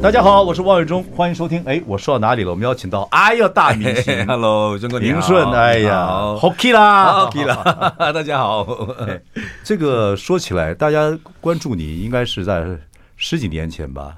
大家好，我是王伟忠，欢迎收听。哎，我说到哪里了？我们邀请到，哎呀，大明星 Hello，中国平顺，哎呀好，Hockey 啦好 k 了， 大家好。哎这个说起来，大家关注你应该是在十几年前吧，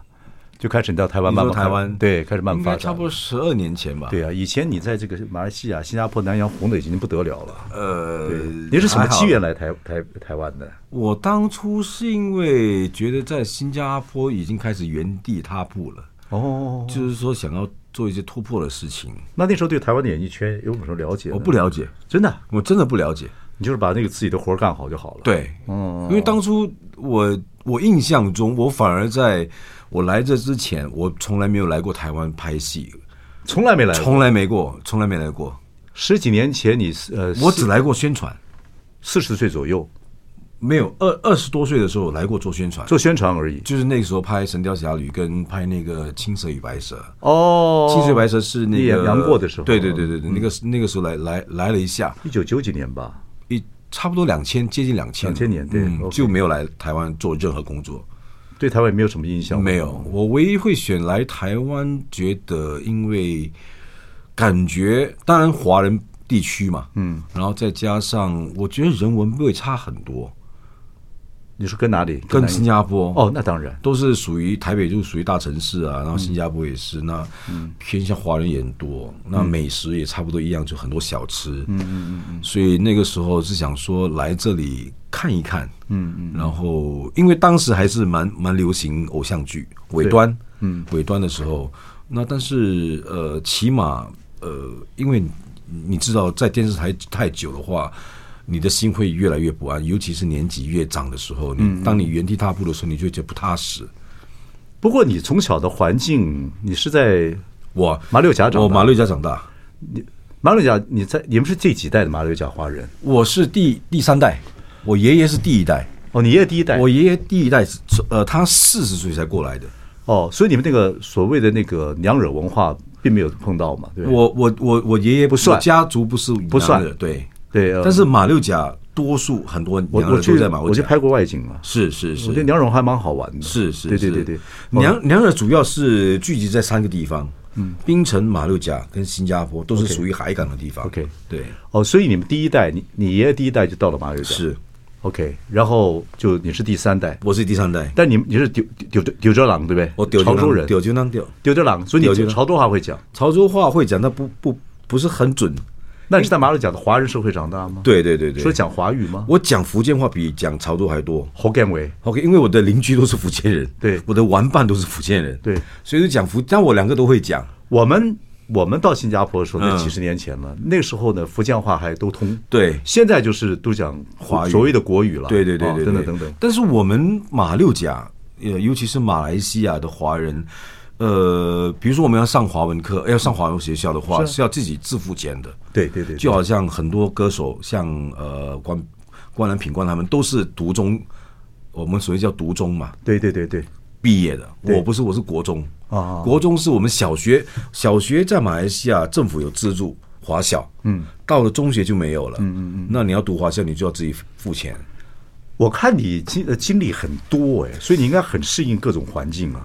就开始你到台湾你慢说慢发台湾对开始慢应慢发该展，差不多十二年前吧。，对啊。以前你在这个马来西亚、新加坡、南洋红的已经不得了了。呃对，，你是什么还好机缘来台台台湾的？我当初是因为觉得在新加坡已经开始原地踏步了，哦，就是说想要做一些突破的事情。那那时候对台湾的演艺圈有什么了解呢？我不了解，真的，我真的不了解。你就是把那个自己的活儿干好就好了。，对，嗯，因为当初我我印象中，我反而在我来这之前，我从来没有来过台湾拍戏，从来没来过。从来没过，从来没来过。十几年前你是呃，我只来过宣传，四十岁左右没有二二十多岁的时候来过做宣传，做宣传而已。就是那个时候拍《神雕侠侣》跟拍那个《青蛇与白蛇》。哦， 《青蛇与白蛇》是那你个演杨过的时候对对对对对，那个那个时候来来来了一下，一九九几年吧。一差不多两千，接近两千， 2000年对嗯 OK 就没有来台湾做任何工作。对台湾也没有什么印象，没有，我唯一会选来台湾，觉得因为感觉，当然华人地区嘛，嗯，然后再加上我觉得人文会差很多，你说跟哪里？跟哪里新加坡哦，那当然，都是属于台北，就是属于大城市啊，然后新加坡也是，那偏向华人也很多，那美食也差不多一样，就很多小吃，嗯嗯嗯，所以那个时候是想说来这里看一看，嗯嗯，然后因为当时还是蛮蛮流行偶像剧尾端，嗯，尾端的时候，那但是呃，起码呃，因为你你知道在电视台太久的话。你的心会越来越不安，尤其是年纪越长的时候，嗯你当你原地踏步的时候，你就觉得不踏实。不过你从小的环境，你是在我马六甲长大我马六甲长大，马六甲，你在你们是这几代的马六甲华人？我是第第三代，我爷爷是第一代，哦，你也第一代我爷爷第一代是呃，他四十岁才过来的。哦，所以你们那个所谓的那个娘惹文化，并没有碰到嘛，对吧我我我我爷爷不算我家族不是不算对对呃但是马六甲多数很多我娘我惹去都在马我六去甲，拍过外景啊，是是我觉得是娘惹文化还蛮好玩的，是是，对对是对对，哦娘娘惹主要是聚集在三个地方，嗯，槟城、马六甲跟新加坡都是属于海港的地方。 OK 对，哦，所以你们第一代，你你爷爷第一代就到了马六甲，是 OK，然后就你是第三代，我是第三代，但你们你是丢丢丢州郎对不对？我丢潮州人，丢就那丢。丢州郎，所以丢你丢潮州话会讲。潮州话会讲，但不不不是很准。那你是在马六甲的华人社会长大吗？，对对对对，说讲华语吗？我讲福建话比讲潮州还多。侯干伟， OK，因为我的邻居都是福建人，对我的玩伴都是福建人，对所以就讲福，但我两个都会讲。我们我们到新加坡的时候，那嗯几十年前了，那时候呢，福建话还都通，对现在就是都讲华语所谓的国语了，对对对啊对，等等对等等。。但是我们马六甲，呃，尤其是马来西亚的华人，呃，比如说我们要上华文课，要上华文学校的话，是要自己自付钱的。对对对，就好像很多歌手，像呃关关兰、品冠他们都是读中，我们所谓叫读中嘛，对对对对，毕业的，对我不是，我是国中啊国中是我们小学，小学在马来西亚政府有资助华校，嗯，到了中学就没有了，嗯嗯嗯，那你要读华校，你就要自己付钱。我看你经呃经历很多哎，所以你应该很适应各种环境啊。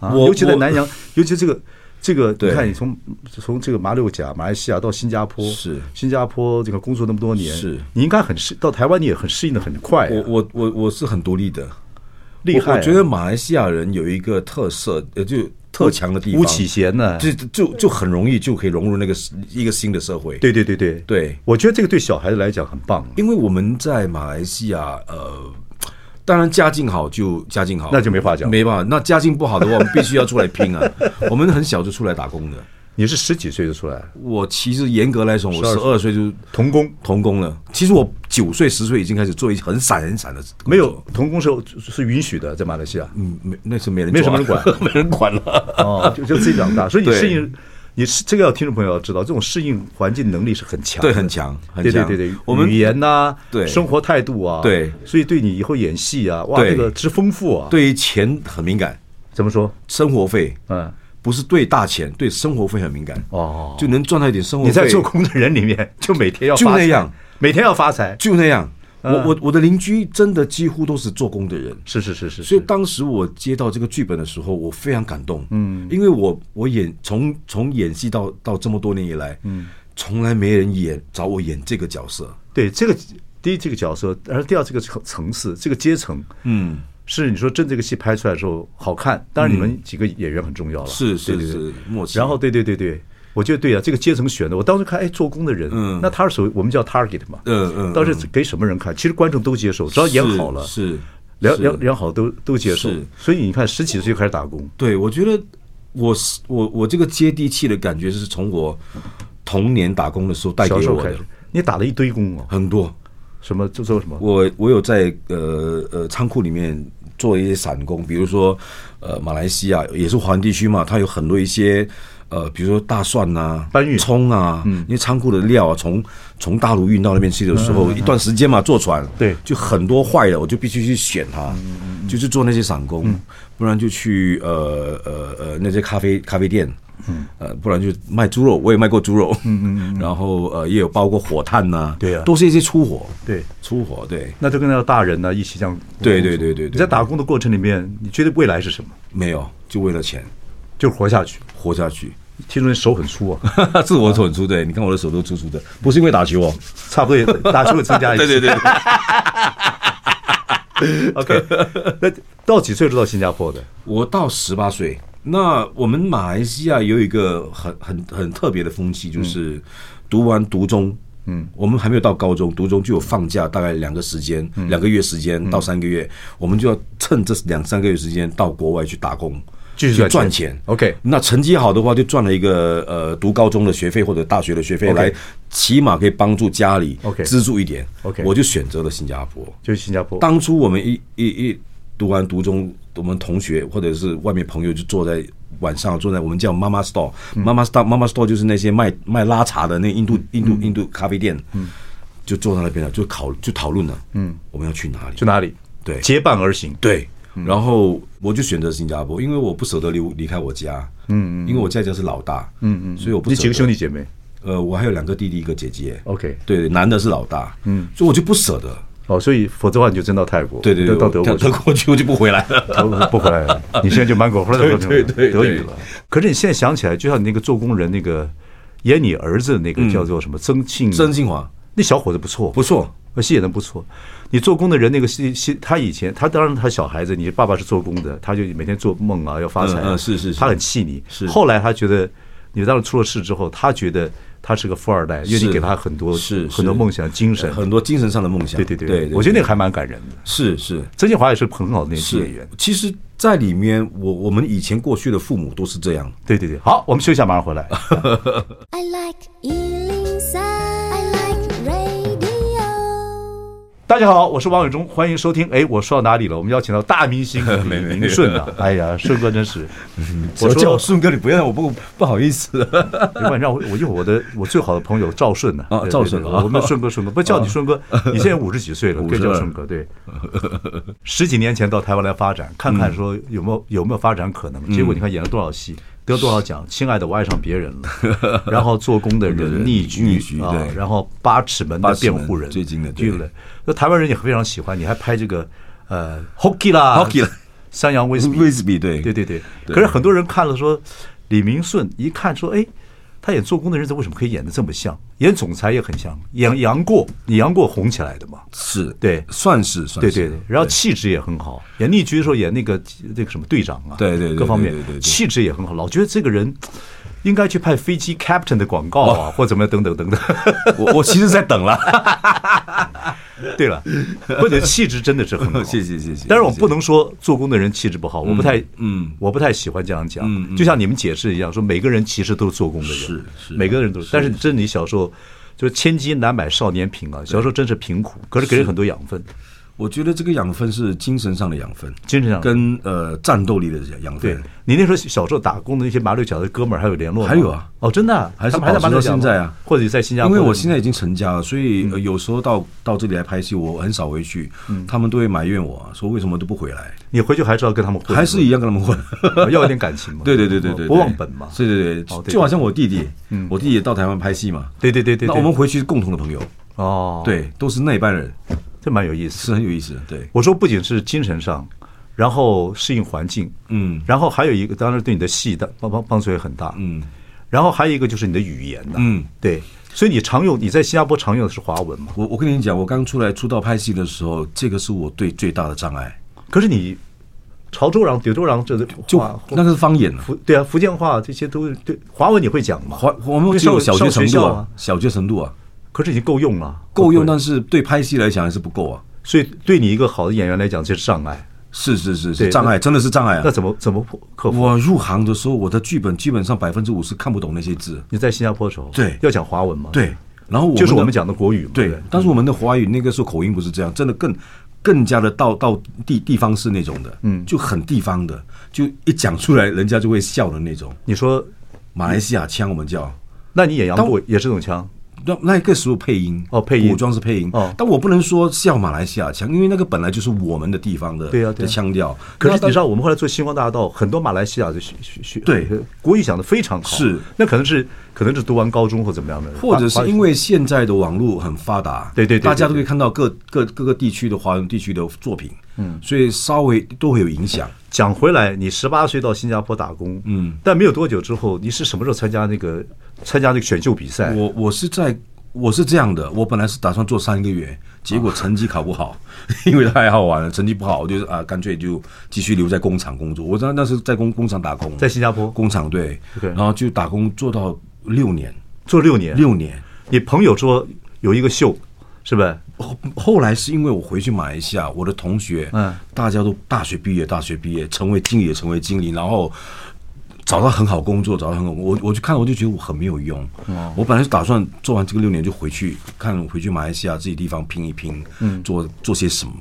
啊我尤其在我南洋，尤其这个这个，你对看你从从这个马六甲、马来西亚到新加坡，是新加坡这个工作那么多年，是你应该很适到台湾，你也很适应的很快啊、我我我我是很独立的，厉害啊、我。我觉得马来西亚人有一个特色，呃，就特强的地方，吴启贤啊呢？就就就很容易就可以融入那个一个新的社会。对对对对对我觉得这个对小孩子来讲很棒，啊因为我们在马来西亚，呃，当然家境好就家境好，那就没话讲没办法。那家境不好的话，我们必须要出来拼啊。 我们很小就出来打工的。你是十几岁就出来我其实严格来说，我十二岁就童工，童工了。其实我九岁十岁已经开始做一些很散很散的工作，没有童工是是允许的，在马来西亚嗯，没那时候没人没什做么啊人管 没人管了。哦， 就就自己长大，所以你对适应，你是这个要听众朋友要知道，这种适应环境能力是很强的，对很强很对对强对对，我们语言呐，对生活态度啊，对所以对你以后演戏啊，哇，对这个之丰富啊，，对于钱很敏感，怎么说？生活费嗯，不是对大钱，对生活费很敏感。哦就能赚到一点生活费。你在做工的人里面，就每天要就发那财样，每天要发财，就那样。我嗯我我的邻居真的几乎都是做工的人，是是是是，所以是当时我接到这个剧本的时候，我非常感动。嗯，因为我我演从从演戏到到这么多年以来，嗯，从来没人演找我演这个角色。对这个第一这个角色，而第二这个层层次，这个阶层，嗯，是你说真这个戏拍出来的时候好看，当然你们几个演员很重要了，是对是对对是，默契。然后对对对对，我觉得对啊，这个阶层选的，我当时看，哎，做工的人，嗯那他是属于我们叫 target 嘛，嗯嗯嗯当时给什么人看？其实观众都接受，只要演好了，是聊是聊聊好都都接受是。所以你看，十几岁就开始打工，对，我觉得我是我我这个接地气的感觉是从我童年打工的时候带给小时候我开的始，你打了一堆工哦，很多。什么做做什么？我我有在呃呃仓库里面做一些散工，比如说呃马来西亚也是华人地区嘛，它有很多一些呃比如说大蒜呐、搬运葱啊，因为仓库的料啊从从大陆运到那边去的时候，一段时间嘛坐船，对就很多坏了，我就必须去选它，就是做那些散工，不然就去呃呃呃那些咖啡咖啡店。嗯，呃，不然就卖猪肉，我也卖过猪肉，嗯嗯， 然后呃，也有包括火炭呐、对啊都是一些粗活，对出活，对，那就跟那个大人呢一起这样。对对对对对你在打工的过程里面，你觉得未来是什么？没有，就为了钱就是活下去。活下 去。听说你手很粗啊， 是我手很粗，对，你看我的手都粗粗的，不是因为打球哦。差不多也打出了增加一些。 对， OK，那到几岁就到新加坡的？我到十八岁。那我们马来西亚有一个很很很特别的风气，嗯就是读完读中，嗯，我们还没有到高中，读中就有放假，大概两个时间，嗯两个月时间到三个月，我们就要趁这两三个月时间到国外去打工，继续去赚赚钱钱。 OK 那成绩好的话，就赚了一个呃读高中的学费或者大学的学费 OK 来，起码可以帮助家里 OK 资助一点。 OK 我就选择了新加坡。就是新加坡。当初我们一一一读完读中，我们同学或者是外面朋友就坐在晚上坐在我们叫妈妈 store，妈嗯妈 store 妈妈 store 就是那些卖卖拉茶的那印度嗯印度印度咖啡店，就坐在那边了，就考就讨论了，嗯，我们要去哪里？去哪里？对结伴而行。对，嗯然后我就选择新加坡，因为我不舍得离离开我家，嗯嗯，因为我家家是老大，嗯嗯，所以我不你舍得几个兄弟姐妹呃，我还有两个弟弟一个姐姐？OK，对，男的是老大，嗯，所以我就不舍得，哦，所以否则的话你就真到泰国，对对对，就到德我国去德，国去我就不回来了。德国不回来 了。你现在就满口胡乱德对对对德语对了。可是你现在想起来，就像你那个做工人那个演你儿子那个叫做什么曾庆，嗯曾庆华那小伙子不错，不错，呃，戏演的不错。你做工的人那个戏戏，他以前他当然他小孩子，你爸爸是做工的，他就每天做梦啊，要发财啊、嗯嗯是是是他很细腻。是后来他觉得，你当时出了事之后，他觉得他是个富二代，因为你是给他很多是很多是梦想精神。很多精神上的梦想。对对对对，我觉得那个还蛮感人的。是是曾庆华也是很好的那个演是员。。其实，在里面，我我们以前过去的父母都是这样，对对对，好，我们休息一下，马上回来。 I like Ealing Sound. I like radio. 大家好，我是王伟忠，欢迎收听。哎，我说到哪里了？我们邀请到大明星李 没没明顺啊！哎呀，顺哥真 是，我叫说我顺哥，你不要，我不不好意思 了。没关系，让我 我一会儿我的我最好的朋友赵顺呢、啊对赵顺对对啊 我们顺哥顺哥，不叫你顺哥，你现在五十几岁了， 50可以叫顺哥。对， 十几年前到台湾来发展，看看说有没有有没有发展可嗯能。结果你看演了多少戏，得多少奖，《亲爱的我爱上别人了》， 然后做工的对对人对逆局逆局啊对，然后八尺门的八尺辩门护人，最近的对剧了。那台湾人也非常喜欢，你还拍这个呃 Hockey 啦 Hockey 啦山羊威斯比威斯比对对对对。对可是很多人看了说，李明顺一看说，哎，他演做工的日子为什么可以演的这么像？演总裁也很像，演杨过，你杨过红起来的嘛？是，对算是算对对是，对，然后气质也很好。演逆局的时候演那个那个什么队长啊，对对对对各方面对对对对气质也很好。老觉得这个人应该去拍飞机 captain 的广告 啊，或怎么样等等等 等。我我其实在 等了，对了，或者气质真的是很好。 谢谢谢谢但是我谢谢不能说做工的人气质不好，我不太，嗯，我不太喜欢这样讲。就像你们解释一样，说每个人其实都是做工的人，嗯是是每个人都是。但是真的，你小时候就是千金难买少年贫啊，小时候真是贫苦，可是给人很多养分，我觉得这个养分是精神上的养分，精神上的跟呃战斗力的养嗯对分，你那时候小时候打工的那些麻六甲的哥们儿还有联络吗？还有啊，哦，真的啊，还是他们还在麻保持六到甲吗现在啊或者在新加因坡？嗯为我现在已经成家了，所以、呃有时候到到这里来拍戏，我很少回去，他们都会埋怨我啊说为什么都不回来，你回去还是要跟他们混，哦还是一样跟他们混。要有点感情嘛？ 哦对对对对对，对不忘本嘛。对对哦对，对嗯就好像我弟弟，我弟弟也到台湾拍戏嘛，对对对对，那对我们回去是共同的朋友，哦，，对，都是那一班人，这蛮有意思。是很有意思的，对，我说不仅是精神上，然后适应环境，嗯然后还有一个，当然对你的戏的帮帮帮助也很大，嗯，然后还有一个就是你的语言呐、嗯对，所以你常用你在新加坡常用的是华文嘛？我我跟你讲，我刚出来出道拍戏的时候，这个是我对最大的障碍，可是你潮州人、柳州人这就话那个是方言啊，福对啊，福建话这些都对华文你会讲吗？华我们因只有为小上学上程学度校啊啊，，小学程度啊，可是已经够用了，够用，会不会但是对拍戏来讲还是不够啊，所以对你一个好的演员来讲，这是障碍。是是是对是障碍，真的是障碍那啊。怎么怎么破克服？我入行的时候，我的剧本基本上百分之五十看不懂那些字，你在新加坡的时候，对要讲华文吗？对，，然后我就是的我们讲的国语嘛。对不，但是我们的华语那个时候口音不是这样，真的更更加的到到地地方式那种的，嗯，就很地方的，就一讲出来人家就会笑的那种。你说，马来西亚腔我们叫，那你演杨当过也是这种腔？那那个时候配音哦配音古装是配音哦但我不能说笑马来西亚腔，因为那个本来就是我们的地方的对啊对啊的腔调。可是那你知道，我们后来做星光大道，很多马来西亚的学学学对国语讲的非常好，是那可能是可能是读完高中或怎么样的，或者是因为为现在的网络很发达，对对对对大家都可以看到各各各个地区的华人地区的作品，嗯，所以稍微都会有影响。讲回来，你十八岁到新加坡打工，嗯，但没有多久之后，你是什么时候参加那个参加那个选秀比赛？我我是在我是这样的，我本来是打算做三个月，结果成绩考不好， 因为太好玩了，成绩不好，我就是啊，干脆就继续留在工厂工作。我那那是在工工厂打工，在新加坡工厂对 OK 然后就打工做到六年，做六年，六年。你朋友说有一个秀，是呗？后后来是因为我回去马来西亚，我的同学，嗯大家都大学毕业，大学毕业成为经理，也成为经理，然后找到很好工作，找到很好工作，我我就看我就觉得我很没有用。哦我本来是打算做完这个六年就回去看，回去马来西亚自己地方拼一拼，嗯，做做些什么。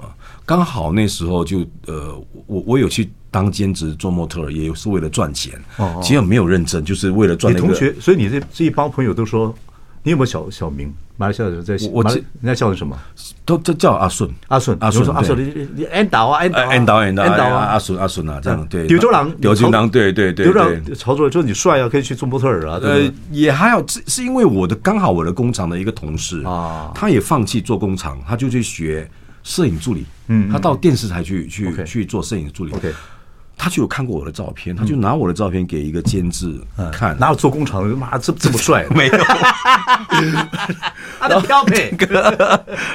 刚好那时候就呃，我我有去当兼职做模特儿，也是为了赚钱，哦哦其实没有认真，就是为了赚你那同个。学，所以你这这一帮朋友都说，你有没有小小名？马来西亚人在我马来记人家叫你什么？都这叫阿顺，阿顺，阿有人顺，说阿顺，对你你你安导啊，安导啊，哎，导演，导安导演，啊阿，顺阿顺啊，这样对。柳州郎柳州郎，你对对对刘长对。潮州人说你帅啊，可以去做模特儿啊，呃对不对？，也还好，是是因为我的刚好我的工厂的一个同事啊他也放弃做工厂，他就去学摄影助理，嗯，他到电视台去去 OK 去做摄影助理 OK 嗯他就有看过我的照片，他就拿我的照片给一个监制看，哪有做工厂的？ 妈这这么嗯帅 ，没有，啊他的标 配。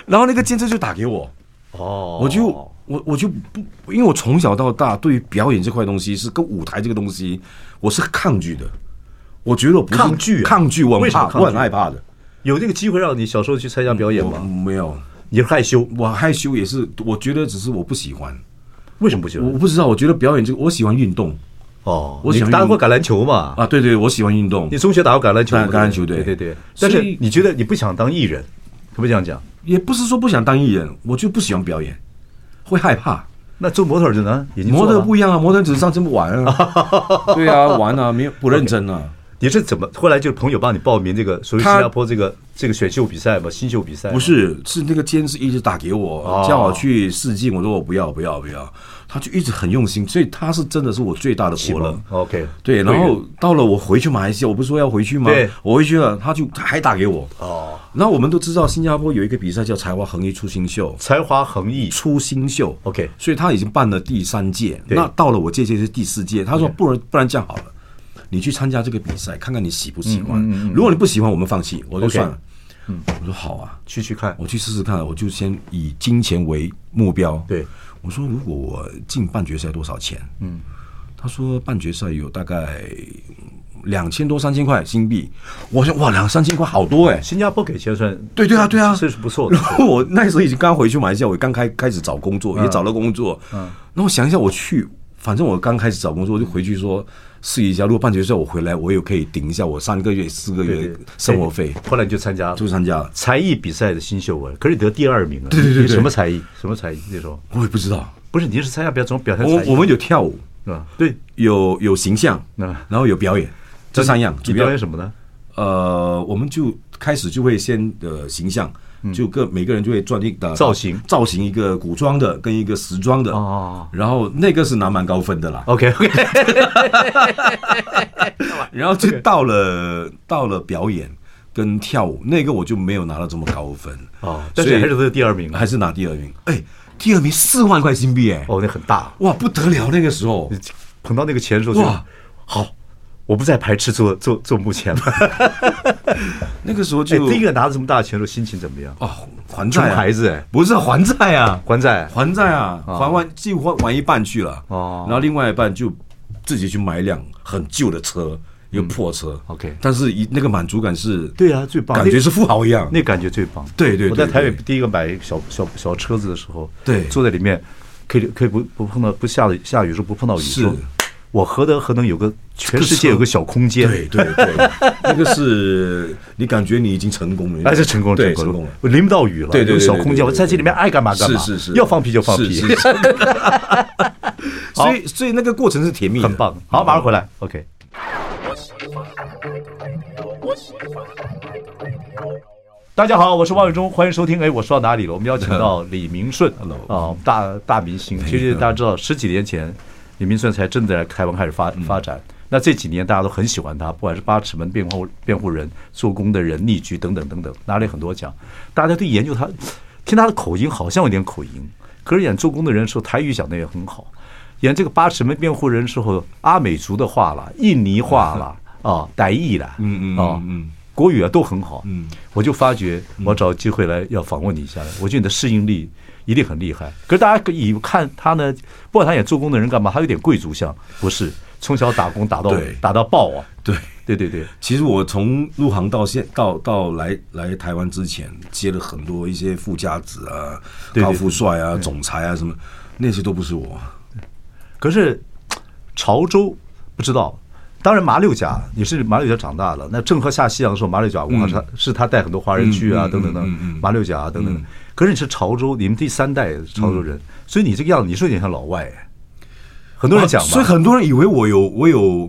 然后那个监制就打给我，哦，我就我我就不，因为我从小到大对于表演这块东西是跟舞台这个东西，我是抗拒的。我觉得我不是抗拒啊抗拒，我为很什么怕，抗拒我很害怕的。有这个机会让你小时候去参加表演我吗？没有，你害羞，我害羞也是，我觉得只是我不喜欢，为什么不喜我欢？我不知道，我觉得表演这个，我喜欢运动哦，我你喜欢打运过橄榄球嘛？啊，对对，我喜欢运动你，中学打过橄榄球吗？打橄榄球对对对对。所但以是你觉得你不想当艺人，可不可以这样讲？也不是说不想当艺人，我就不喜欢表演，会害怕。那做模特儿就能，已经模做特了不一样啊，模特只是上这么玩 啊，对啊，玩啊，没有不认真啊。你是怎么？后来就是朋友帮你报名这个所谓新他加坡这个这个选秀比赛嘛，新秀比赛嘛不是，是那个监制一直打给我，哦叫我去试镜，我说我不要不要不要，他就一直很用心，所以他是真的是我最大的启伯乐蒙。？OK，对，然贵后人到了我回去马来西亚，我不是说要回去吗？对我回去了，他就他还打给我。哦，然后我们都知道新加坡有一个比赛叫才华横溢出新秀，才华横溢出新秀 OK 所以他已经办了第三届，对那到了我这届是第四届，他说不然不然这样好了，你去参加这个比赛，看看你喜不喜欢。嗯如果你不喜欢，我们放弃，我就 OK 算了。嗯，我说好啊，去去看我去试试看，我就先以金钱为目标。对，我说如果我进半决赛多少钱？嗯，他说半决赛有大概两千多三千块新币。我想哇，两三千块好多哎、新加坡给钱算对对啊对啊这是不错的 然。后我嗯那时候已经刚回去马来西亚，我刚开开始找工作，也找了工作。嗯，然后我想一下，我去反正我刚开始找工作，我就回去说试一下，如果办学校我回来，我也可以顶一下我三个月、四个对哎月生活费，后来你就参加了就参加了。才艺比赛的新秀啊，可是得第二名啊。对对对对什么才艺？什么才艺？那时候我也不知道，不是您是参加表怎么表现才我艺？我们有跳舞，是吧？对，有有形象，嗯然后有表演，这三样你主表要演。什么呢？呃，我们就开始就会先呃形象，就各每个人就会转一呃嗯造型造型一个古装的跟一个时装的，哦然后那个是拿蛮高分的啦。 OK OK，然后就到了到了表演跟跳舞，那个我就没有拿到这么高分哦， 但所是以还是得第二名啊。还是拿第二名。哎，第二名四万块新币哎，哦，那很大，哇不得了！那个时候捧到那个钱的时候就哇好，我不再排斥做做做幕前了。那个时候哎， 就第一个拿着这么大的钱的时候心情怎么样？哦还穷债啊孩子哎，不是还债啊，还债还债啊，还完几乎还一半去了哦然后另外一半就自己去买一辆很旧的车，一个破车。嗯 OK 但是一那个满足感是，对啊，最棒，感觉是富豪一样。那感觉最棒。对对对我在台北对第一个买小小小车子的时候，对坐在里面，可以可以不不碰到不下下雨的时候不碰到雨，是说我何德何能有个全世界有个小空间？对对对， 那个是你感觉你已经成功了，哎，这成功了，对成成功功了了。，我淋不到雨了，对对有个对对小空间，对对我在这里面爱干嘛干嘛，是是是要放屁就放屁，是 是是所以所以那个过程是甜蜜的，很棒。好，马上回来，OK。大家好，我是王伟忠，欢迎收听。哎，我说到哪里了？我们邀请到李明顺 Hello 啊，大大明星。其实大嗯家知道，十几年前李明顺才真的在台湾开始嗯发发展。那这几年大家都很喜欢他，不管是八尺门辩护辩护人、做工的人、逆局等等等等，拿了很多奖。大家对研究他，听他的口音好像有点口音，可是演做工的人的时候台语讲的也很好。演这个八尺门辩护人的时候，阿美族的话啦、印尼话 啦、啊、傣语啦，嗯嗯啊嗯嗯国语啊都很好，嗯，我就发觉我找机会来要访问你一下，我觉得你的适应力一定很厉害。可是大家以看他呢，不管他演做工的人干嘛，他有点贵族相，不是从小打工打到对打到爆啊，对。对对对，其实我从入行到现到到来来台湾之前，接了很多一些副驾驶啊、对对高富帅啊、总裁啊什么，那些都不是我。可是潮州不知道。当然，马六甲也是马六甲长大的。那郑和下西洋的时候，马六甲文化是他、是他带很多华人去啊，嗯嗯等等等，嗯嗯嗯马六甲啊等等等。可是你是潮州，你们第三代潮州人，所以你这个样子，你是有点像老外、哎很多人讲啊吧，所以很多人以为我有我有，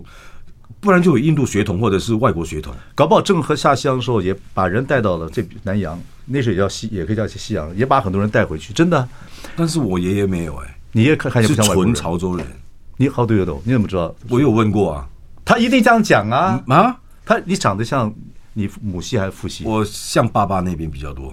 不然就有印度血统或者是外国血统。搞不好郑和下西洋的时候也把人带到了这南洋，那时候也叫西，也可以叫西洋，也把很多人带回去。真的，啊但是我爷爷没有哎、你也看看见是不像外国纯人。潮州人。你好对得懂，你怎么知道？我有问过啊他一定这样讲啊！啊，他你长得像你母系还是父系？我像爸爸那边比较多。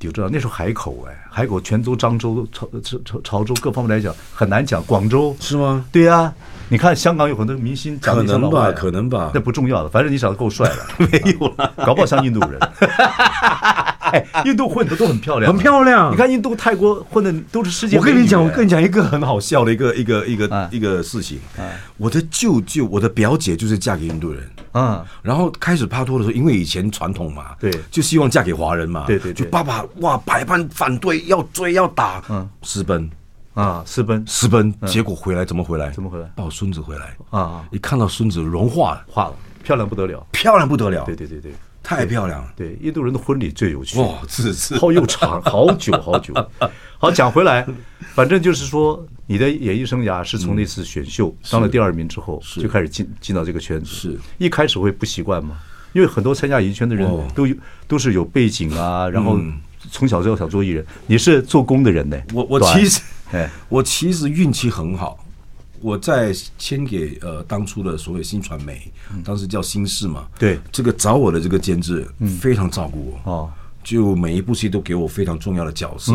你知道那时候海口哎，海口、泉州、漳州、潮潮潮潮州各方面来讲很难讲。广州是吗对呀、你看香港有很多明星长得可能像老吧外啊可能吧那不重要的，反正你长得够帅 了，没有了，搞不好像印度人。 哎，印度混的都很漂亮，啊很漂亮你看印度、泰国混的都是世界。我跟你讲，我跟你讲，讲一个很好笑的一个一个一啊个一个事情。我的舅舅，我的表姐就是嫁给印度人。嗯，然后开始拍拖的时候，因为以前传统嘛，对就希望嫁给华人嘛，对对对就爸爸哇百般反对，要追要打，嗯嗯，私奔，啊，私奔私奔，结果回来怎么回来？怎么回来抱孙子回来啊一看到孙子融化了，化了，漂亮不得了。漂亮不得了，对对对对太漂亮了，对，印度人的婚礼最有趣。哇，是是，好又长，好久好 久。好，讲回来，反正就是说，你的演艺生涯是从那次选秀当了第二名之后，就开始进进到这个圈子。是，一开始会不习惯吗？因为很多参加演艺圈的人哦嗯都有都是有背景啊，然后从小就想做艺人。你是做工的人呢？我我对吧其实哎，我其实运气很好。我在签给呃当初的所谓新传媒，当时叫新视嘛，嗯对嗯这个找我的这个监制非常照顾我，哦，就每一部戏都给我非常重要的角色，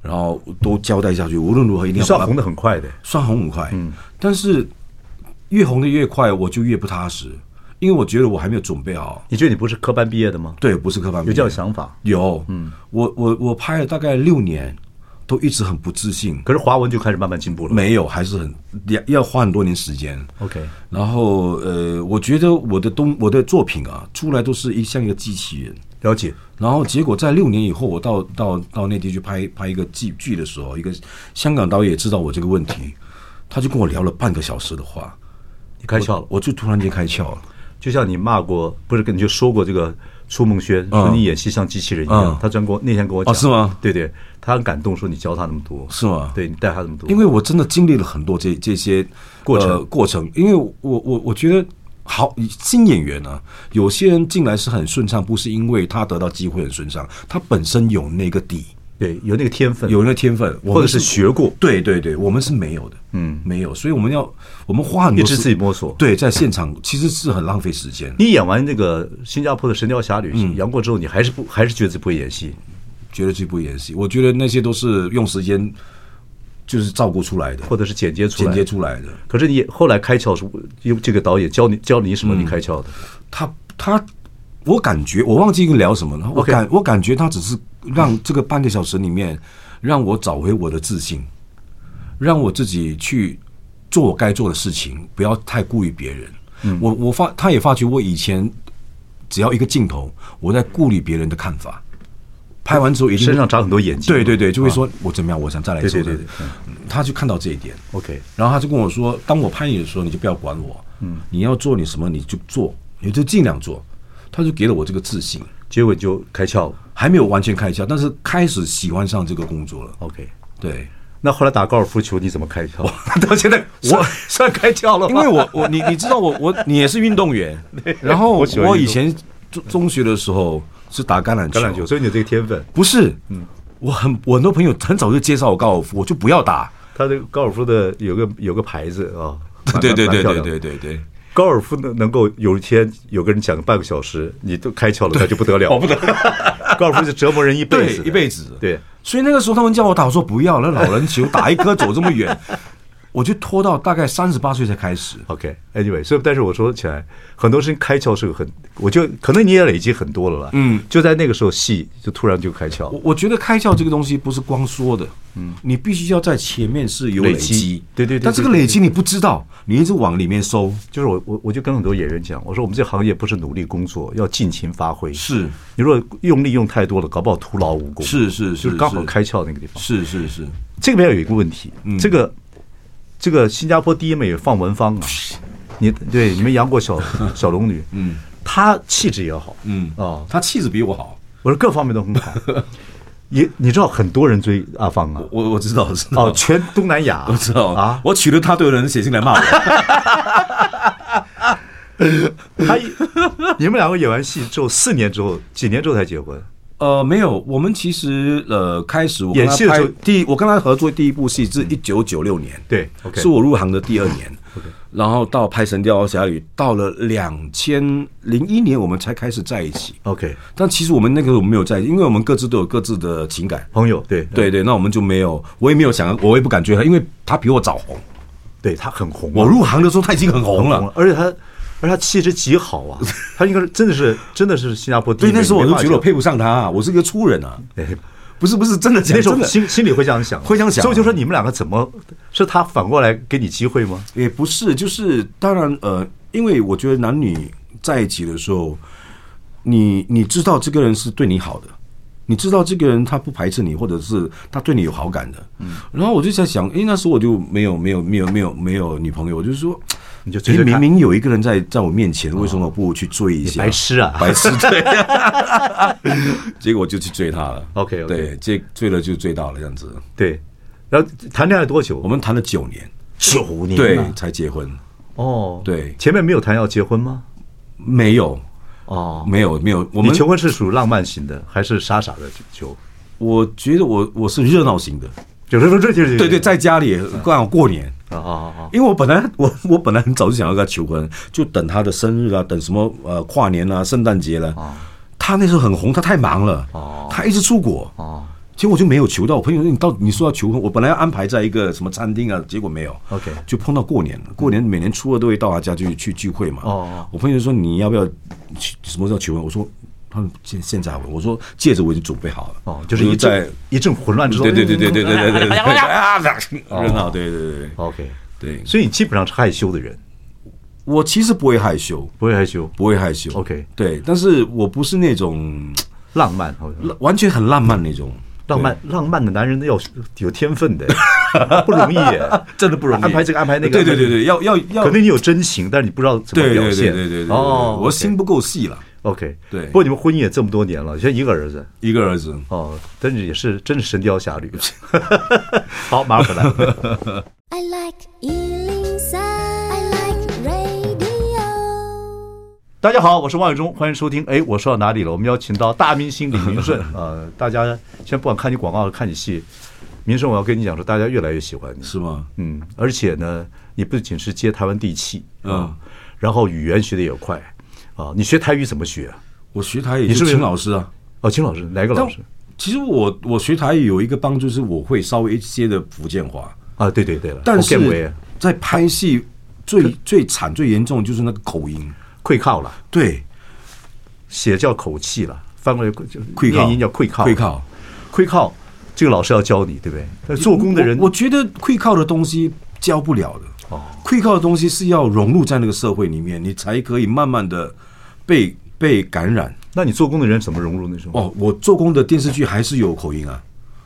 然后都交代下去，无论如何一定嗯你要把算它红的很嗯快的。算红很快，但是越红的越快，我就越不踏实，因为我觉得我还没有准备好。你觉得你不是科班毕业的吗？对，不是科班，有这样嗯的想法，有，我我我拍了大概六年，都一直很不自信，可是华文就开始慢慢进步了。没有，还是很要要花很多年时间。 OK，然后呃，我觉得我的东我的作品啊，出来都是一像一个机器人。了解。然后结果在六年以后，我到到到内地去拍拍一个剧剧的时候，一个香港导演也知道我这个问题，他就跟我聊了半个小时的话，你开窍了我，我就突然间开窍了。就像你骂过，不是跟你就说过这个苏梦轩，说你演戏像机器人一样嗯。他专跟我那天跟我讲，哦是吗对对，他很感动，说你教他那么多，是吗对你带他那么多，因为我真的经历了很多这这些过程呃过程，因为我我我觉得好新演员啊，有些人进来是很顺畅，不是因为他得到机会很顺畅，他本身有那个底，对有那个天分，有那个天分，我或者们是学过，对对对，我们是没有的，嗯没有，所以我们要我们花很一多直时自己摸索。对，在现场其实是很浪费时间，你演完那个新加坡的《神雕侠嗯侣》杨过之后，你还是不还是觉得自己不会演戏，觉得自己不演戏，我觉得那些都是用时间就是照顾出来的，或者是剪接出来？剪接出来的，可是你后来开窍是用这个导演教你教你什么？嗯你开窍的？他他，我感觉我忘记跟聊什么了。我 OK 感我感觉他只是让这个半个小时里面，让我找回我的自信，让我自己去做我该做的事情，不要太顾于别人。嗯我我发他也发觉我以前只要一个镜头，我在顾虑别人的看法。拍完之后一定身上长很多眼睛。对对对，就会说我怎么样，我想再来一次。啊对对对对他就看到这一点， ，OK，然后他就跟我说，当我拍你的时候，你就不要管我，嗯，你要做你什么你就做，你就尽量做。他就给了我这个自信，结果你就开窍了。还没有完全开窍，但是开始喜欢上这个工作了。 OK， 对，那后来打高尔夫球你怎么开窍？ 到现在我算开窍了吧，因为我我你你知道我我你也是运 动员，然后我喜欢运动我以前中中学的时候是打橄榄球，橄榄球，嗯所以你有这个天分。不是，我很我很多朋友很早就介绍我高尔夫，我就不要打。他这个高尔夫的有个有个牌子啊，蛮 对对对。蛮蛮漂对亮对的对对。高尔夫能能够有一天有个人讲个半个小时，你都开窍了，那就不得哦了，不得。 高尔夫是折磨人一辈对子，，一辈子。对，所以那个时候他们叫我打，我说不要，那老人球打一颗走这么远， 我就拖到大概三十八岁才开始。 OK，Anyway，、所以但是我说起来，很多事情开窍是个很，我就可能你也累积很多了啦。嗯就在那个时候，戏就突然就开窍我了，我觉得开窍这个东西不是光说的，嗯，你必须要在前面是有累累积积，对对对但这个对对累积你不知道，你一直往里面收，就是我我我就跟很多演员讲，我说我们这行业不是努力工作，要尽情发挥。是你如果用力用太多了，搞不好徒劳无功。是是，就是是刚好是开窍那个地方。是是是，这边有一个问题，嗯这个这个新加坡第一美也放文 芳啊，你对你们杨过小小龙女，嗯，她气质也好，嗯哦，他气质比我好，我说各方面都很好， 也你知道很多人追阿芳啊，我我知道知道哦，全东南 亚，我知道啊，我娶了她都有人写信来骂我，她一你们两个演完戏之后，四年之后，几年之后才结婚，呃，没有，我们其实呃，开始我跟演他戏的时拍候第一我跟他合作第一部戏是一九九六年，对，OK 是我入行的第二 年，然后到拍《神雕侠侣》，到了两千零一年我们才开始在一起。 ，OK，但其实我们那个时候没有在一起，因为我们各自都有各自的情感。朋友，对对对，那我们就没有，我也没有想要，我也不敢追他，因为他比我早红。对，她很红啊，啊我入行的时候他已经很红了，而且她。而且她气质极好 啊，她应该是真的是真的是新加坡第所一以美。那时候我没就办法觉得我讲哎配不上他、我是一个粗人啊。对不是不是，真的那讲时真候的，心心里会这样想，会这样想啊所以我就说你们两个怎么是他反过来给你机会吗？也不是，就是当然呃，因为我觉得男女在一起的时候，你你知道这个人是对你好的，你知道这个人他不排斥你，或者是他对你有好感的。嗯，然后我就在想，诶，那时候我就没有没有没有没有没有女朋友，我就说。嗯你就追诶追明看，明有一个人在在我面前，为什么不去追一下？白痴啊 白痴 对。结果我就去追他了。 OK，OK 对，追追了就追到了这样子。对。然后谈恋爱多久？我们谈了九年，九年啊对了，才结婚。哦，对前面没有谈要结婚吗？没有，哦，没有没有，我你们求婚是属于浪漫型的，还是傻傻的求？我觉得我我是热闹型的，有时候这就是对对，在家里刚好过年，啊啊啊！因为我本来我 我本来很早就想要跟他求婚，就等他的生日啊，等什么呃跨年啊、圣诞节了、他那时候很红，他太忙了，哦他一直出国，哦结果就没有求到。我朋友说你到底你说要求婚，我本来要安排在一个什么餐厅啊，结果没有。 OK 就碰到过年了，过年每年初二都会到他家去去聚会嘛。哦哦我朋友说你要不要去什么时候求婚？我说他们现现在还问我说戒指我已经准备好了。哦，就是我一在阵一阵混乱之后，对对对对对对对对对，啊，热闹，对对对 OK，对对。所以你基本上是害羞的人，我其实不会害羞，不会害羞，不会害羞。 OK 对，但是我不是那种浪漫好像完全很浪漫那种浪漫浪漫的男人要有天分的，不容易耶， 真的不容易。安排这个安排那个对对对对，要要要，可能你有真情，但是你不知道怎么对对表对对现。对对对，哦，我心不够细了， OK。对不过你们婚姻也这么多年了，就一个儿子一个儿子。哦，但是也是真是神雕侠侣。啊 好，马上回来。 I like Ealing Sound. I like radio. 大家好，我是王伟忠，欢迎收听。哎，我说到哪里了？我们邀请到大明星李明 顺呃，大家现在不管看你广告、看你戏，明顺，我要跟你讲说，大家越来越喜欢你。是吗？嗯，而且呢，你不仅是接台湾地气，啊嗯，然后语言学的也快啊。你学台语怎么学？我学台语你是就不是请老师啊。哦，金老师，来个老师其实我我学台语有一个帮助，是我会稍微接的福建话，啊？对对对了，但我更为是在拍戏最最惨最严重的就是那个口音，溃靠了，对，写叫口气了，翻过来就溃靠念音叫溃靠，溃靠，溃靠，这个老师要教你，对不对？但做工的人我我觉得会靠的东西教不了的，会靠的东西是要融入在那个社会里面，你才可以慢慢的被被感染。那你做工的人怎么融入那种？哦，我做工的电视剧还是有口音啊，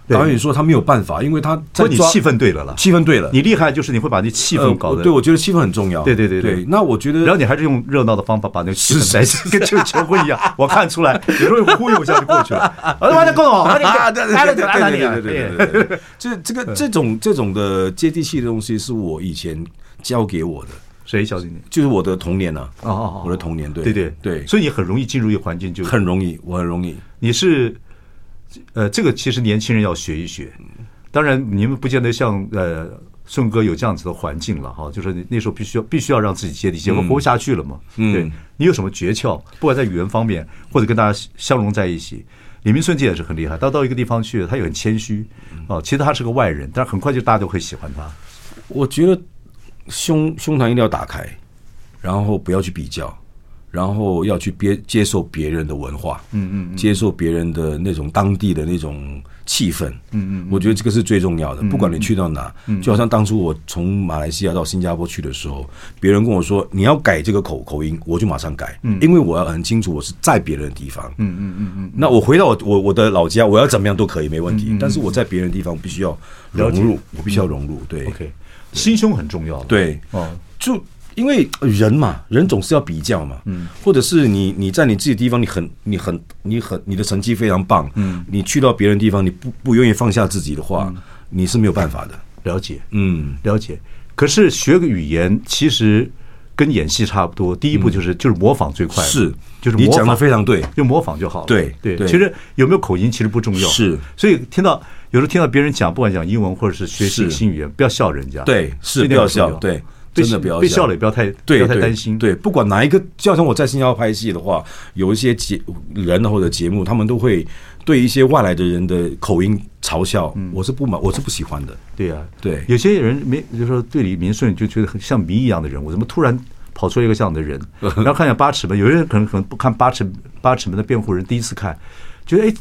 对导演说他没有办法，因为他在不，你抓气氛对了啦，气氛对了，你厉害就是你会把那气氛搞呃得对，我觉得气氛很重要。对对对对对，那我觉得然后你还是用热闹的方法把那个气氛是带起来，跟就求婚一样。我看出来，有时候忽悠一下就过去了。我他妈的够了，我啊，对对对对对对对对对对，这这个这种这种的接地气的东西是我以前教给我的，谁教的你？就是我的童年呢。哦哦哦我的童年，对对对对，所以你很容易进入一个环境，就很容易，我很容易。你是呃，这个其实年轻人要学一学。当然，你们不见得像呃顺哥有这样子的环境了哈，就是你那时候必须要必须要让自己接地气，要不然活不下去了嘛。嗯对你有什么诀窍？不管在语言方面，或者跟大家相融在一起。李明顺这也是很厉害，他到一个地方去，他也很谦虚嗯啊。其实他是个外人，但是很快就大家都会喜欢他。我觉得胸胸膛一定要打开，然后不要去比较，然后要去别接受别人的文化，嗯嗯，接受别人的那种当地的那种气氛，嗯嗯，我觉得这个是最重要的。不管你去到哪，就好像当初我从马来西亚到新加坡去的时候，别人跟我说你要改这个口口音，我就马上改，因为我要很清楚我是在别人的地方，嗯嗯嗯嗯。那我回到我我我的老家，我要怎么样都可以没问题，但是我在别人的地方必须要融入，我必须要融入，对 OK，心胸很重要。，对，哦，就因为呃人嘛，人总是要比较嘛，嗯，或者是你你在你自己的地方你很你很你很你的成绩非常棒，嗯，你去到别人地方你不不愿意放下自己的话，嗯你是没有办法的，了解。嗯，了解。可是学个语言其实跟演戏差不多，第一步就是、就是模仿最快了，嗯是，就是你模讲的仿，非常对，就模仿就好了。对对，对其实有没有口音其实不重要，是。所以听到有时候听到别人讲，不管讲英文或者是学习是新语言，不要笑人家，对，是这不点要很重笑，对，被真的不要被笑了也不要太不对，要太对担心，对，不管哪一个，就好像我在新加坡拍戏的话，有一些节人啊或者节目，他们都会对一些外来的人的口音嘲笑，嗯我是不满，我是不喜欢 的。对呀、对有些人没就说对李明顺就觉得很像谜一样的人物，怎么突然跑出一个这样的 人？然后看一下八尺门，有些人可能可能不看八尺八尺门的辩护人，第一次看，觉得哎，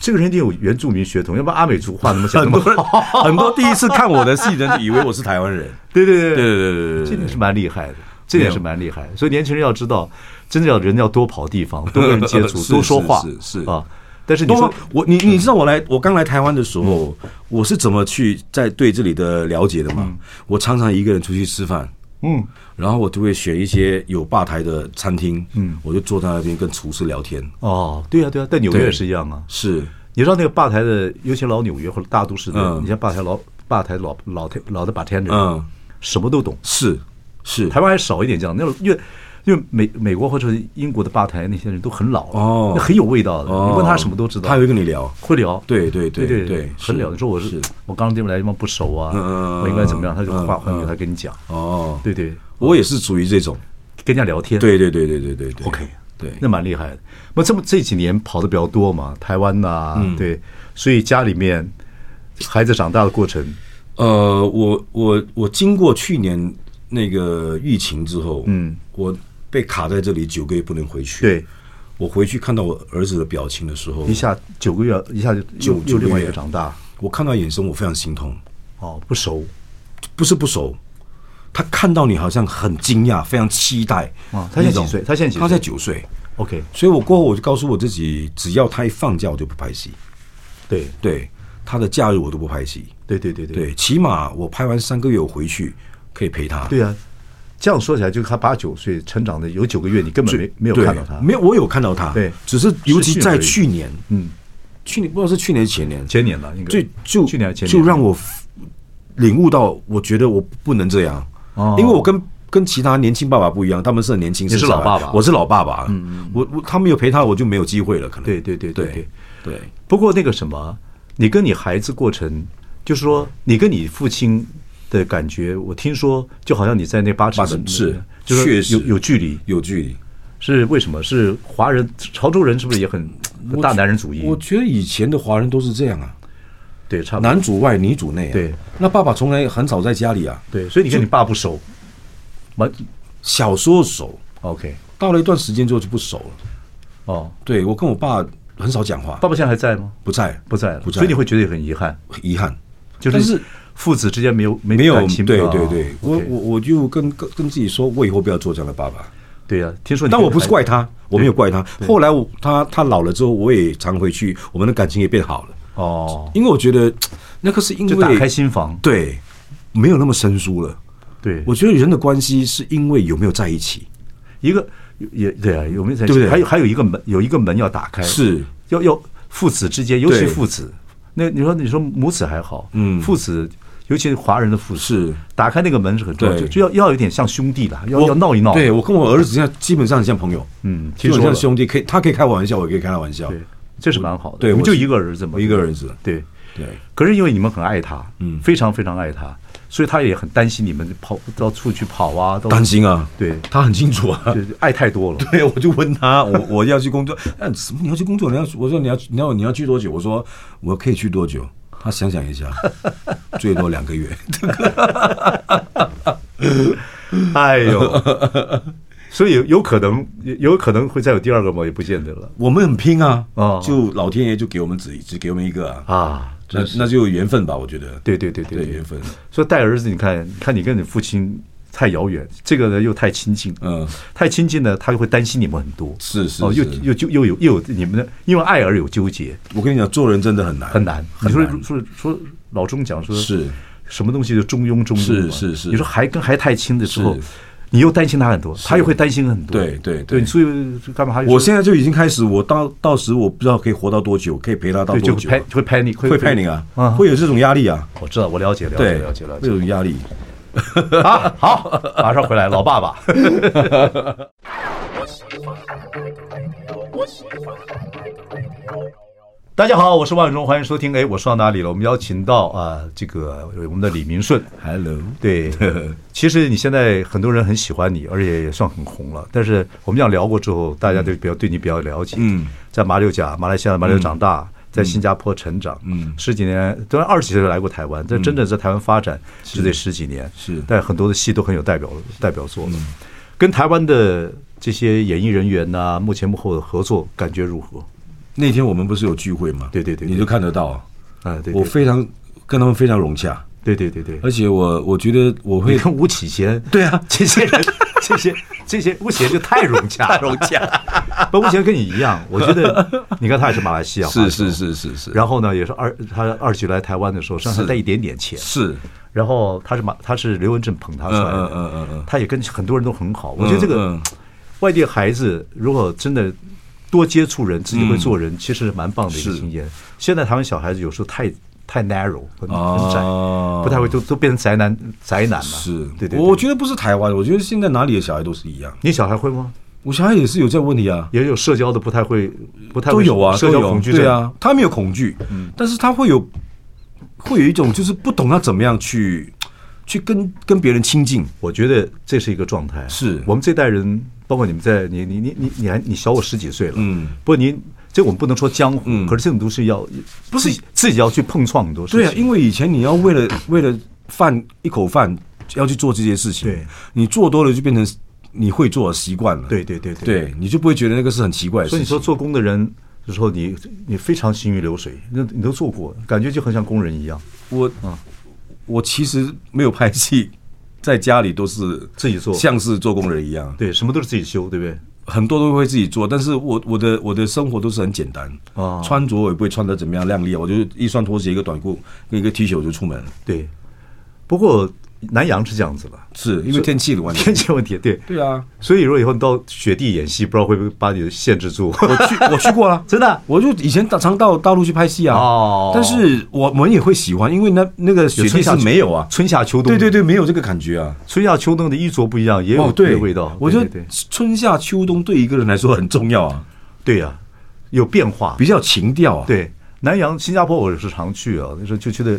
这个人一定有原住民血统，要不然阿美族话那么讲很那么 多好人很多第一次看我的戏的人以为我是台湾人。对对对对对对对这对点对，是蛮厉害的，这点是蛮厉害的。所以年轻人要知道，真的要人要多跑地方，多跟人接触， 是多说话是是是啊。但是你多说嗯我你你知道我来我刚来台湾的时候，我是怎么去在对这里的了解的吗？我常常一个人出去吃饭，嗯，然后我就会选一些有吧台的餐厅，嗯，我就坐在那边跟厨师聊天。哦，对呀、对呀、在纽约对也是一样啊。是，你知道那个吧台的，尤其老纽约或者大都市的，嗯你像吧台老吧台老老太老的吧台人，嗯，什么都懂。是是台湾还少一点这样，那种因为因为美美国或者是英国的吧台那些人都很老了，哦那很有味道的。哦你问他什么都知道，他会跟你聊。会聊。对对对对对对，很是了解。说我是是我刚刚这边来地方不熟啊，嗯嗯嗯我应该怎么样？他就嗯话换给嗯他跟你讲。哦，对对，我也是属于这种。跟人家聊天。对对对对对对对。 OK，对，那蛮厉害的。那这么这几年跑的比较多嘛，台湾呐、对，所以家里面孩子长大的过程，呃，我我我经过去年那个疫情之后，嗯，我被卡在这里九个月不能回去。对，我回去看到我儿子的表情的时候，一下九个月，一下就九又又九个另外一月个长大，我看到眼神，我非常心痛，哦，不熟不是不熟。他看到你好像很惊讶，非常期待啊他现在那种几岁他现在几岁他在九岁， ，OK，所以我过后我就告诉我自己，只要他一放假我就不拍戏，对，对他的假日我都不拍戏，对对对对对，起码我拍完三个月我回去可以陪他。对啊，这样说起来，就是他八九岁成长的有九个月，你根本最，没没有对看到他。没有我有看到他，对只是尤其在视去年，嗯，去年不知道是去年前年，前年了，应该就就去年还是前年就让我领悟到，我觉得我不能这样，哦因为我跟跟其他年轻爸爸不一样，他们是很年轻，你是小孩老爸爸我是老爸爸，我我他们有陪他，我就没有机会了，可能嗯对对对对对对对，不过那个什么，你跟你孩子过程，就是说你跟你父亲的感觉，我听说就好像你在那八尺八尺门是就是确实有有距离，有距离。是为什么？是华人潮州人是不是也很很大男人主义我？觉得以前的华人都是这样啊，对，差不多男主外女主内、啊。对，那爸爸从来很少在家里啊。对，所以你跟你爸不熟，完小时候熟， OK 到了一段时间之后就不熟了。哦，对我跟我爸很少讲话，爸爸现在还在吗？不在，不在了，不在，所以你会觉得很遗憾，遗憾，就是但是父子之间没有没没有感情对啊对对，我 OK 我我就跟跟跟自己说，我以后不要做这样的爸爸。对呀、听说你但跟我不是孩怪他，我没有怪他。后来我他他老了之后，我也常回去，我们的感情也变好了。哦，因为我觉得那个是因为就打开心房，对，没有那么生疏了。对，我觉得人的关系是因为有没有在一起。一个也对啊，有没有在对不对还有还有一个门，有一个门要打开，是要要父子之间，尤其对父子，那你说你说母子还好，嗯父子。尤其是华人的父子，是打开那个门是很重要，就对就要要有点像兄弟了，要我要闹一闹。对我跟我儿子现在基本上很像朋友，哦嗯基听本说像了兄弟，可以他可以开我玩笑，我也可以开他玩笑。对，这是蛮好的。你对们我就是一个儿子嘛，我一个儿子，对。对，可是因为你们很爱他，嗯非常非常爱他，所以他也很担心你们跑到处去跑啊，到担心啊，对他很清楚啊就。是爱太多了。 对，我就问他，我我要去工作，哎，什么你要去工作？你要去我说你要你要你要去多久？我说我可以去多久？他想想一下， 最多两个月。 哎呦，所以有有可能有有可能会再有第二个嘛，也不见得了我们很拼啊，哦就老天爷就给我们只只给我们一个啊，啊。那那就有缘分吧，我觉得。对对对对，对缘分。所以带儿子，你看，你看你跟你父亲太遥远，这个呢又太亲近，嗯，太亲近呢，他又会担心你们很多，是是哦，又是又就又有又有你们的，因为爱而有纠结，我跟你讲，做人真的很难，很难。很你难说。说说老钟讲说是什么东西就中庸中庸嘛啊是是是你说还跟还太亲的时候是，你又担心他很多，他又会担心很多，对对对对，所以就干嘛还有我现在就已经开始，我到到时我不知道可以活到多久，可以陪他到对就多会久啊，拍会拍你会拍你啊，啊会有这种压力啊，我知道，我了解了解对，了解了会解有压力。啊！好， 马上回来，老爸 爸。大家好，我是万永忠，欢迎收听。哎，我说到哪里了？我们邀请到啊、这个我们的李明顺。 Hello，对，其实你现在很多人很喜欢你，而且也算很红了。但是我们这样聊过之后，大家对比较对你比较了解。嗯，在马六甲，马来西亚的马六甲长大，在新加坡成长，嗯十几年，当然二十几岁就来过台湾，但真正在台湾发展就得十几年。是嗯但很多的戏都很有代表代表作了。跟台湾的这些演艺人员呐、幕前幕后的合作感觉如何？那天我们不是有聚会吗？对对对对你就看得到啊，啊，对，对我非常跟他们非常融洽，对对对对，而且我我觉得我会你看吴启贤， 对啊 这些人，这些这些吴启贤就太融洽，太 融洽。 不，吴启贤跟你一样，我觉得，你看他也是马来西亚，是是。是是是，然后呢，也是二他二局来台湾的时候，身上是还带一点点钱。是然后他是马，他是刘文正捧他出来的，嗯嗯嗯嗯嗯他也跟很多人都很好。我觉得这个、嗯嗯外地孩子如果真的多接触人，自己会做人，其实蛮棒的一个嗯是经验。现在台湾小孩子有时候太太 narrow 很很窄，哦不太会都都变成宅男宅男了。是，对对对我觉得不是台湾，我觉得现在哪里的小孩都是一样，你小孩会吗？我小孩也是有这个问题啊，也有社交的不太会，不太会都有啊，社都交有恐惧症嗯对。啊，他没有恐惧，但是他会有会有一种就是不懂他怎么样去去跟跟别人亲近，我觉得这是一个状态。啊是我们这代人，包括你们在你你你你你还你小我十几岁了，嗯，不过你这我们不能说江湖，嗯可是这种都是要不是自己要去碰撞很多事情。对啊，因为以前你要为了为了饭一口饭要去做这些事情，对你做多了就变成你会做的习惯了，对对对对对，你就不会觉得那个是很奇怪的事所以情，你说做工的人。有时候你你非常行云流水，那你都做过，感觉就很像工人一样，我嗯我其实没有拍戏，在家里都是 自己做像是做工人一样。对，什么都是自己修，对不对？很多都会自己做，但是我我的我的生活都是很简单，哦穿着我也不会穿的怎么样靓丽啊，我就一双拖鞋、一个短裤跟一个 T 恤我就出门了，对，不过南洋是这样子了，是因为天气的问 题天。气问题对。对啊，所以如果以后你到雪地演戏，不知道会不会把你限制住？我去我去过啊 ，真的啊我就以前常到大陆去拍戏啊，哦但是我我们也会喜欢，因为那那个雪地是没有啊，春夏秋冬，对对对，没有这个感觉啊。春夏秋冬的衣着不一样，也有哦，这对，个味道。我觉对得对春夏秋冬对一个人来说很重要啊，对呀、有变化。比较情调啊。，对，南洋、新加坡我是常去啊，那时候就觉得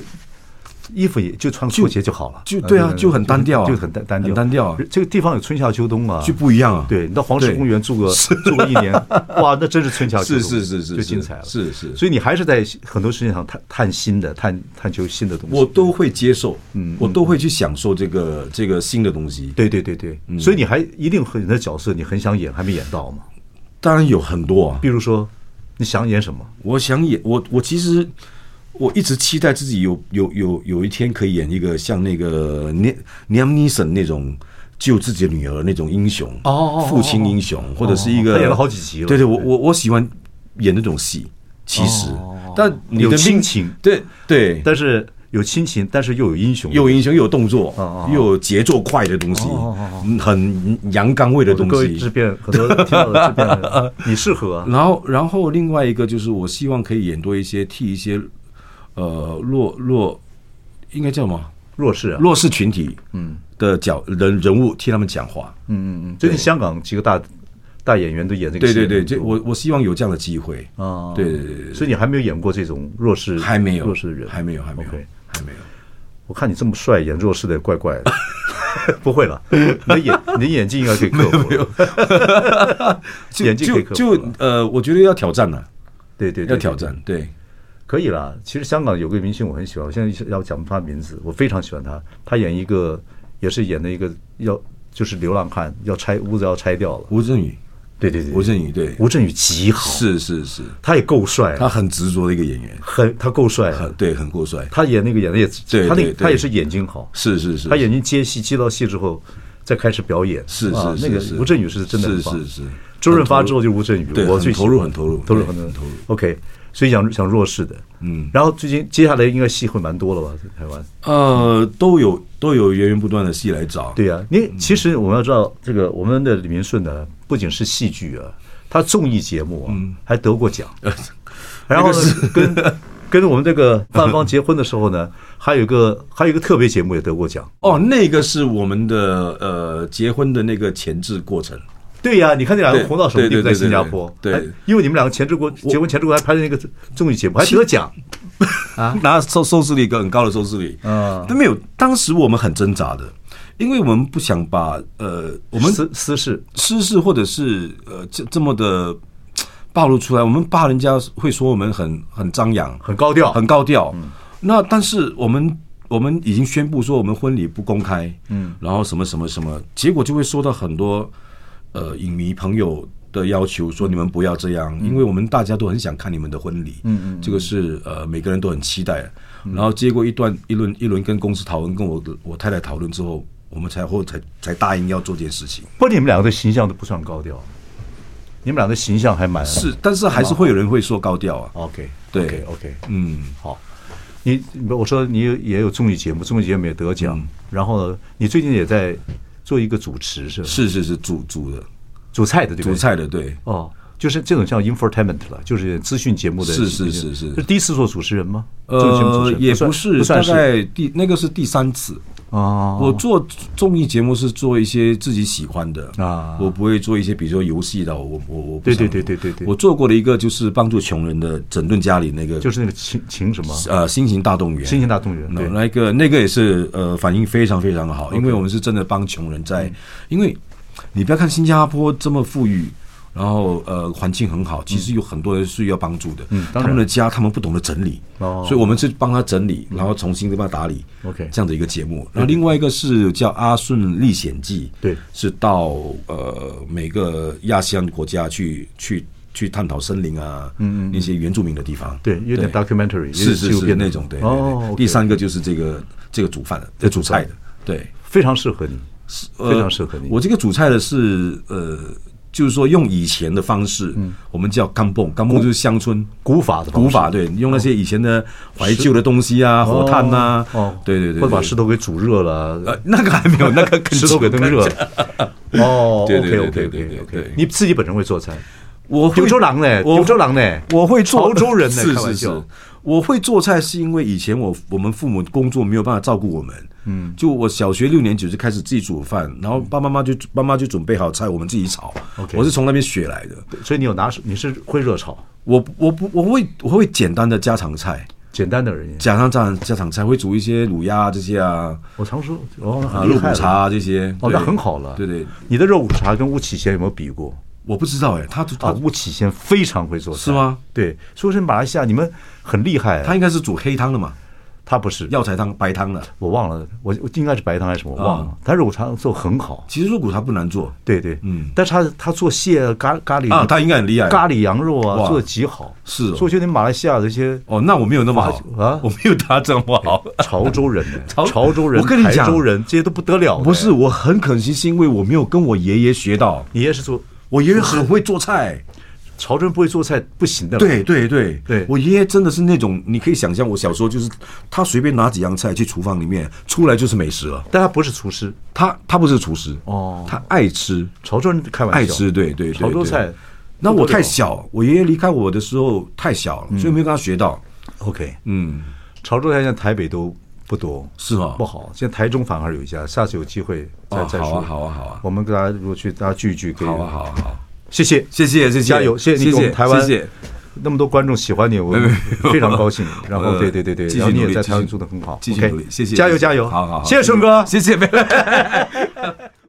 衣服也就穿拖鞋就好了，呃就对啊就很单调啊就很单单调，很单调啊这个地方有春夏秋冬啊，就不一样啊。对，你到黄石对啊公园 住个住个一年，哇，那真是春夏秋冬，是是是是就是精彩了。是是所以你还是在很多事情上探探新的、探探求新的东西。我都会接受，嗯，我都会去享受这个这个新的东西。对对对对，嗯所以你还一定很多角色你很想演，还没演到嘛？当然有很多啊比，如说，你想演什么？我想演我我其实我一直期待自己有有有有一天可以演一个像那个年年尼森那种救自己的女儿那种英雄，哦哦哦父亲英雄，或者是一他个演了好几集了对对，我我我喜欢演那种戏，其实，哦但你的有命亲情对对，但是有亲情，但是又有英雄，嗯又有英雄，又有动作哦哦，又有节奏快的东西哦哦，嗯很阳刚味的我的东各位制西。片很多听到的制片人， 你适合啊。然后，然后另外一个就是，我希望可以演多一些替一些呃弱弱，应该叫什么弱势啊，弱势群体嗯的角人人物替他们讲话。嗯嗯嗯，最近香港几个大大演员都演这个对戏，对对，这我我希望有这样的机会。啊，对对对对所以你还没有演过这种弱势，对，还没有弱势的人，还没有，还没有 OK，，还没有。我看你这么帅，演弱势的也怪怪 的。不会了，你的眼你的眼睛应该可以克 服了。就演技可就以克服就了呃，我觉得要挑战了，对对，对要挑战。对，可以啦。其实香港有个明星我很喜欢，我现在要讲他名字，我非常喜欢他。他演一个，也是演的一个要就是流浪汉，要拆屋子要拆掉了。吴镇宇，对对对，吴镇宇，对，吴镇宇极好，是是是，他也够帅，啊他很执着的一个演员。很他够帅，啊很对，很过帅。他演那个演的也，对他那对对他也是眼睛好，是是是，他眼睛接戏接到戏之后，再开始表演，是啊是是那个是吴镇宇是真的很是棒是是，周润发之后就是吴镇宇，对我很最投入很投入投入对很很投入。 OK，所以讲讲弱势的，嗯，然后最近接下来应该戏会蛮多了吧，在台湾。呃，都有都有源源不断的戏来找。对呀、你嗯其实我们要知道，这个我们的李明顺呢，不仅是戏剧啊，他综艺节目啊，嗯还得过奖。呃 然后呢， 跟跟我们这个范芳结婚的时候呢，还有一个还有一个特别节目也得过奖。哦，那个是我们的呃结婚的那个前置过程。对呀、你看这两个对红到什么地步，对对在对新加坡，对对还因为你们两个前置过结婚前置过还拍了一个综艺节目，还得奖。啊，拿收收视率一个很高的收视率，嗯嗯，但没有，当时我们很挣扎的，因为我们不想把呃我们私私事私事或者是呃这这么的暴露出来，我们怕人家会说我们很很张扬，很高调，很高调。那但是我们我们已经宣布说我们婚礼不公开，嗯，然后什么什么什么，结果就会收到很多呃影迷朋友的要求，说你们不要这样，因为我们大家都很想看你们的婚礼，嗯嗯，这个是呃每个人都很期待。然后结果一段一轮一轮跟公司讨论，跟我我太太讨论之后，我们才后才才答应要做这件事情。不过你们两个的形象都不算高调，你们俩的形象还蛮是，但是还是会有人会说高调啊， OK，对 OK OK，嗯，好，你我说你也有综艺节目，综艺节目也得奖，嗯然后呢，你最近也在做一个主持是吧？是是是煮煮的煮菜的对不对？煮菜的，对，哦，就是这种叫 infotainment 了，就是资讯节目的，是是是是是第一次做主持人吗？综艺节目主持呃，人也不不算是，不算大概第那个是第三次。哦，我做综艺节目是做一些自己喜欢的啊我不会做一些比如说游戏的，我我我不对对想对对对对我做过的一个就是帮助穷人的整顿家里那个，就是那个情情什么呃新型大动员，新型大动员对。那个那个也是呃反应非常非常的好，因为我们是真的帮穷人在，因为你不要看新加坡这么富裕，然后呃环境很好，其实有很多人是要帮助的，嗯当然他们的家他们不懂得整理，哦嗯所以我们是帮他整理，然后重新再帮他打理 OK 这样的一个节目。然后另外一个是叫《阿顺历险记》，对是到呃每个亚细安国家去去。去探讨森林啊，嗯，那些原住民的地方，对，有点 documentary，有是点是纪录是片的那种对。对对哦，第三个就是这个这个煮饭的，这煮菜的，对，非常适合你，呃非常适合你我这个煮菜的是呃，就是说用以前的方式，我们叫干蹦，干蹦就是乡村古法嗯的方式古法，对，用那些以前的怀旧的东西啊，火炭呐哦，，对对对，或者把对石头给煮热了，呃那个还没有，那 个更石头给久弄热了。哦对，OK 对 OK 对对 OK 对 OK，对你自己本身会做菜，我柳会州郎呢？我柳州郎呢？我会做潮州人呢是开玩是笑是，我会做菜是因为以前我我们父母工作没有办法照顾我们，嗯，就我小学六年级就开始自己煮饭，然后爸妈妈就妈妈就准备好菜，我们自己炒。嗯 OK 我是从那边学来的，所以你有拿手，你是会热炒，我我不我会我会简单的家常菜，简单的而已。家常家常家常菜会煮一些卤鸭这些啊，我常说哦，那啊很肉厉害骨了茶啊这些，哦，对那很好了。对对，你的肉骨茶跟巫启贤有没有比过？我不知道哎，他啊，他巫启贤非常会做菜，是吗？对，所以说马来西亚你们很厉害。啊他应该是煮黑汤的嘛，他不是，药材汤白汤的。我忘了，我我应该是白糖还是什么，我忘了啊。他肉骨茶做很好，其实肉骨茶不难做对对，嗯但是他他做蟹咖咖喱啊，他应该很厉害。咖喱羊肉啊，哇做的极好。是哦所以我觉得你马来西亚的一些哦，那我没有那么好啊我没有他这么好。潮州人呢，潮潮州人、我跟你台讲州人这些都不得了。 不是，，我很可惜，是因为我没有跟我爷爷学到， 你也是做我爷爷很会做 菜。潮州人不会做菜不行的。，对对对对我爷爷真的是那种，你可以想象，我小时候就是他随便拿几样菜去厨房里面，出来就是美食了。但他不是厨师，他他不是厨师哦他爱吃潮州人开玩笑，爱吃，对对对，潮州对菜那不得我了嗯太小，我爷爷离开我的时候太小了，所以没有跟他学到。 OK，嗯，潮州菜现在台北都不多，是哦不好。现在台中反而有一家，下次有机会再、哦再好说。啊好啊好啊我们跟大家如果去大家聚一聚，可以。好啊好啊好啊，谢谢，谢谢谢谢，加油！谢谢你谢给我谢们台湾谢谢。那么多观众喜欢你，我非常高兴。然后呃对对对对，继续然后你努也力在继台湾续做的很好，继续 OK，努力，谢谢，加油加油！好好好，谢谢顺哥，谢谢，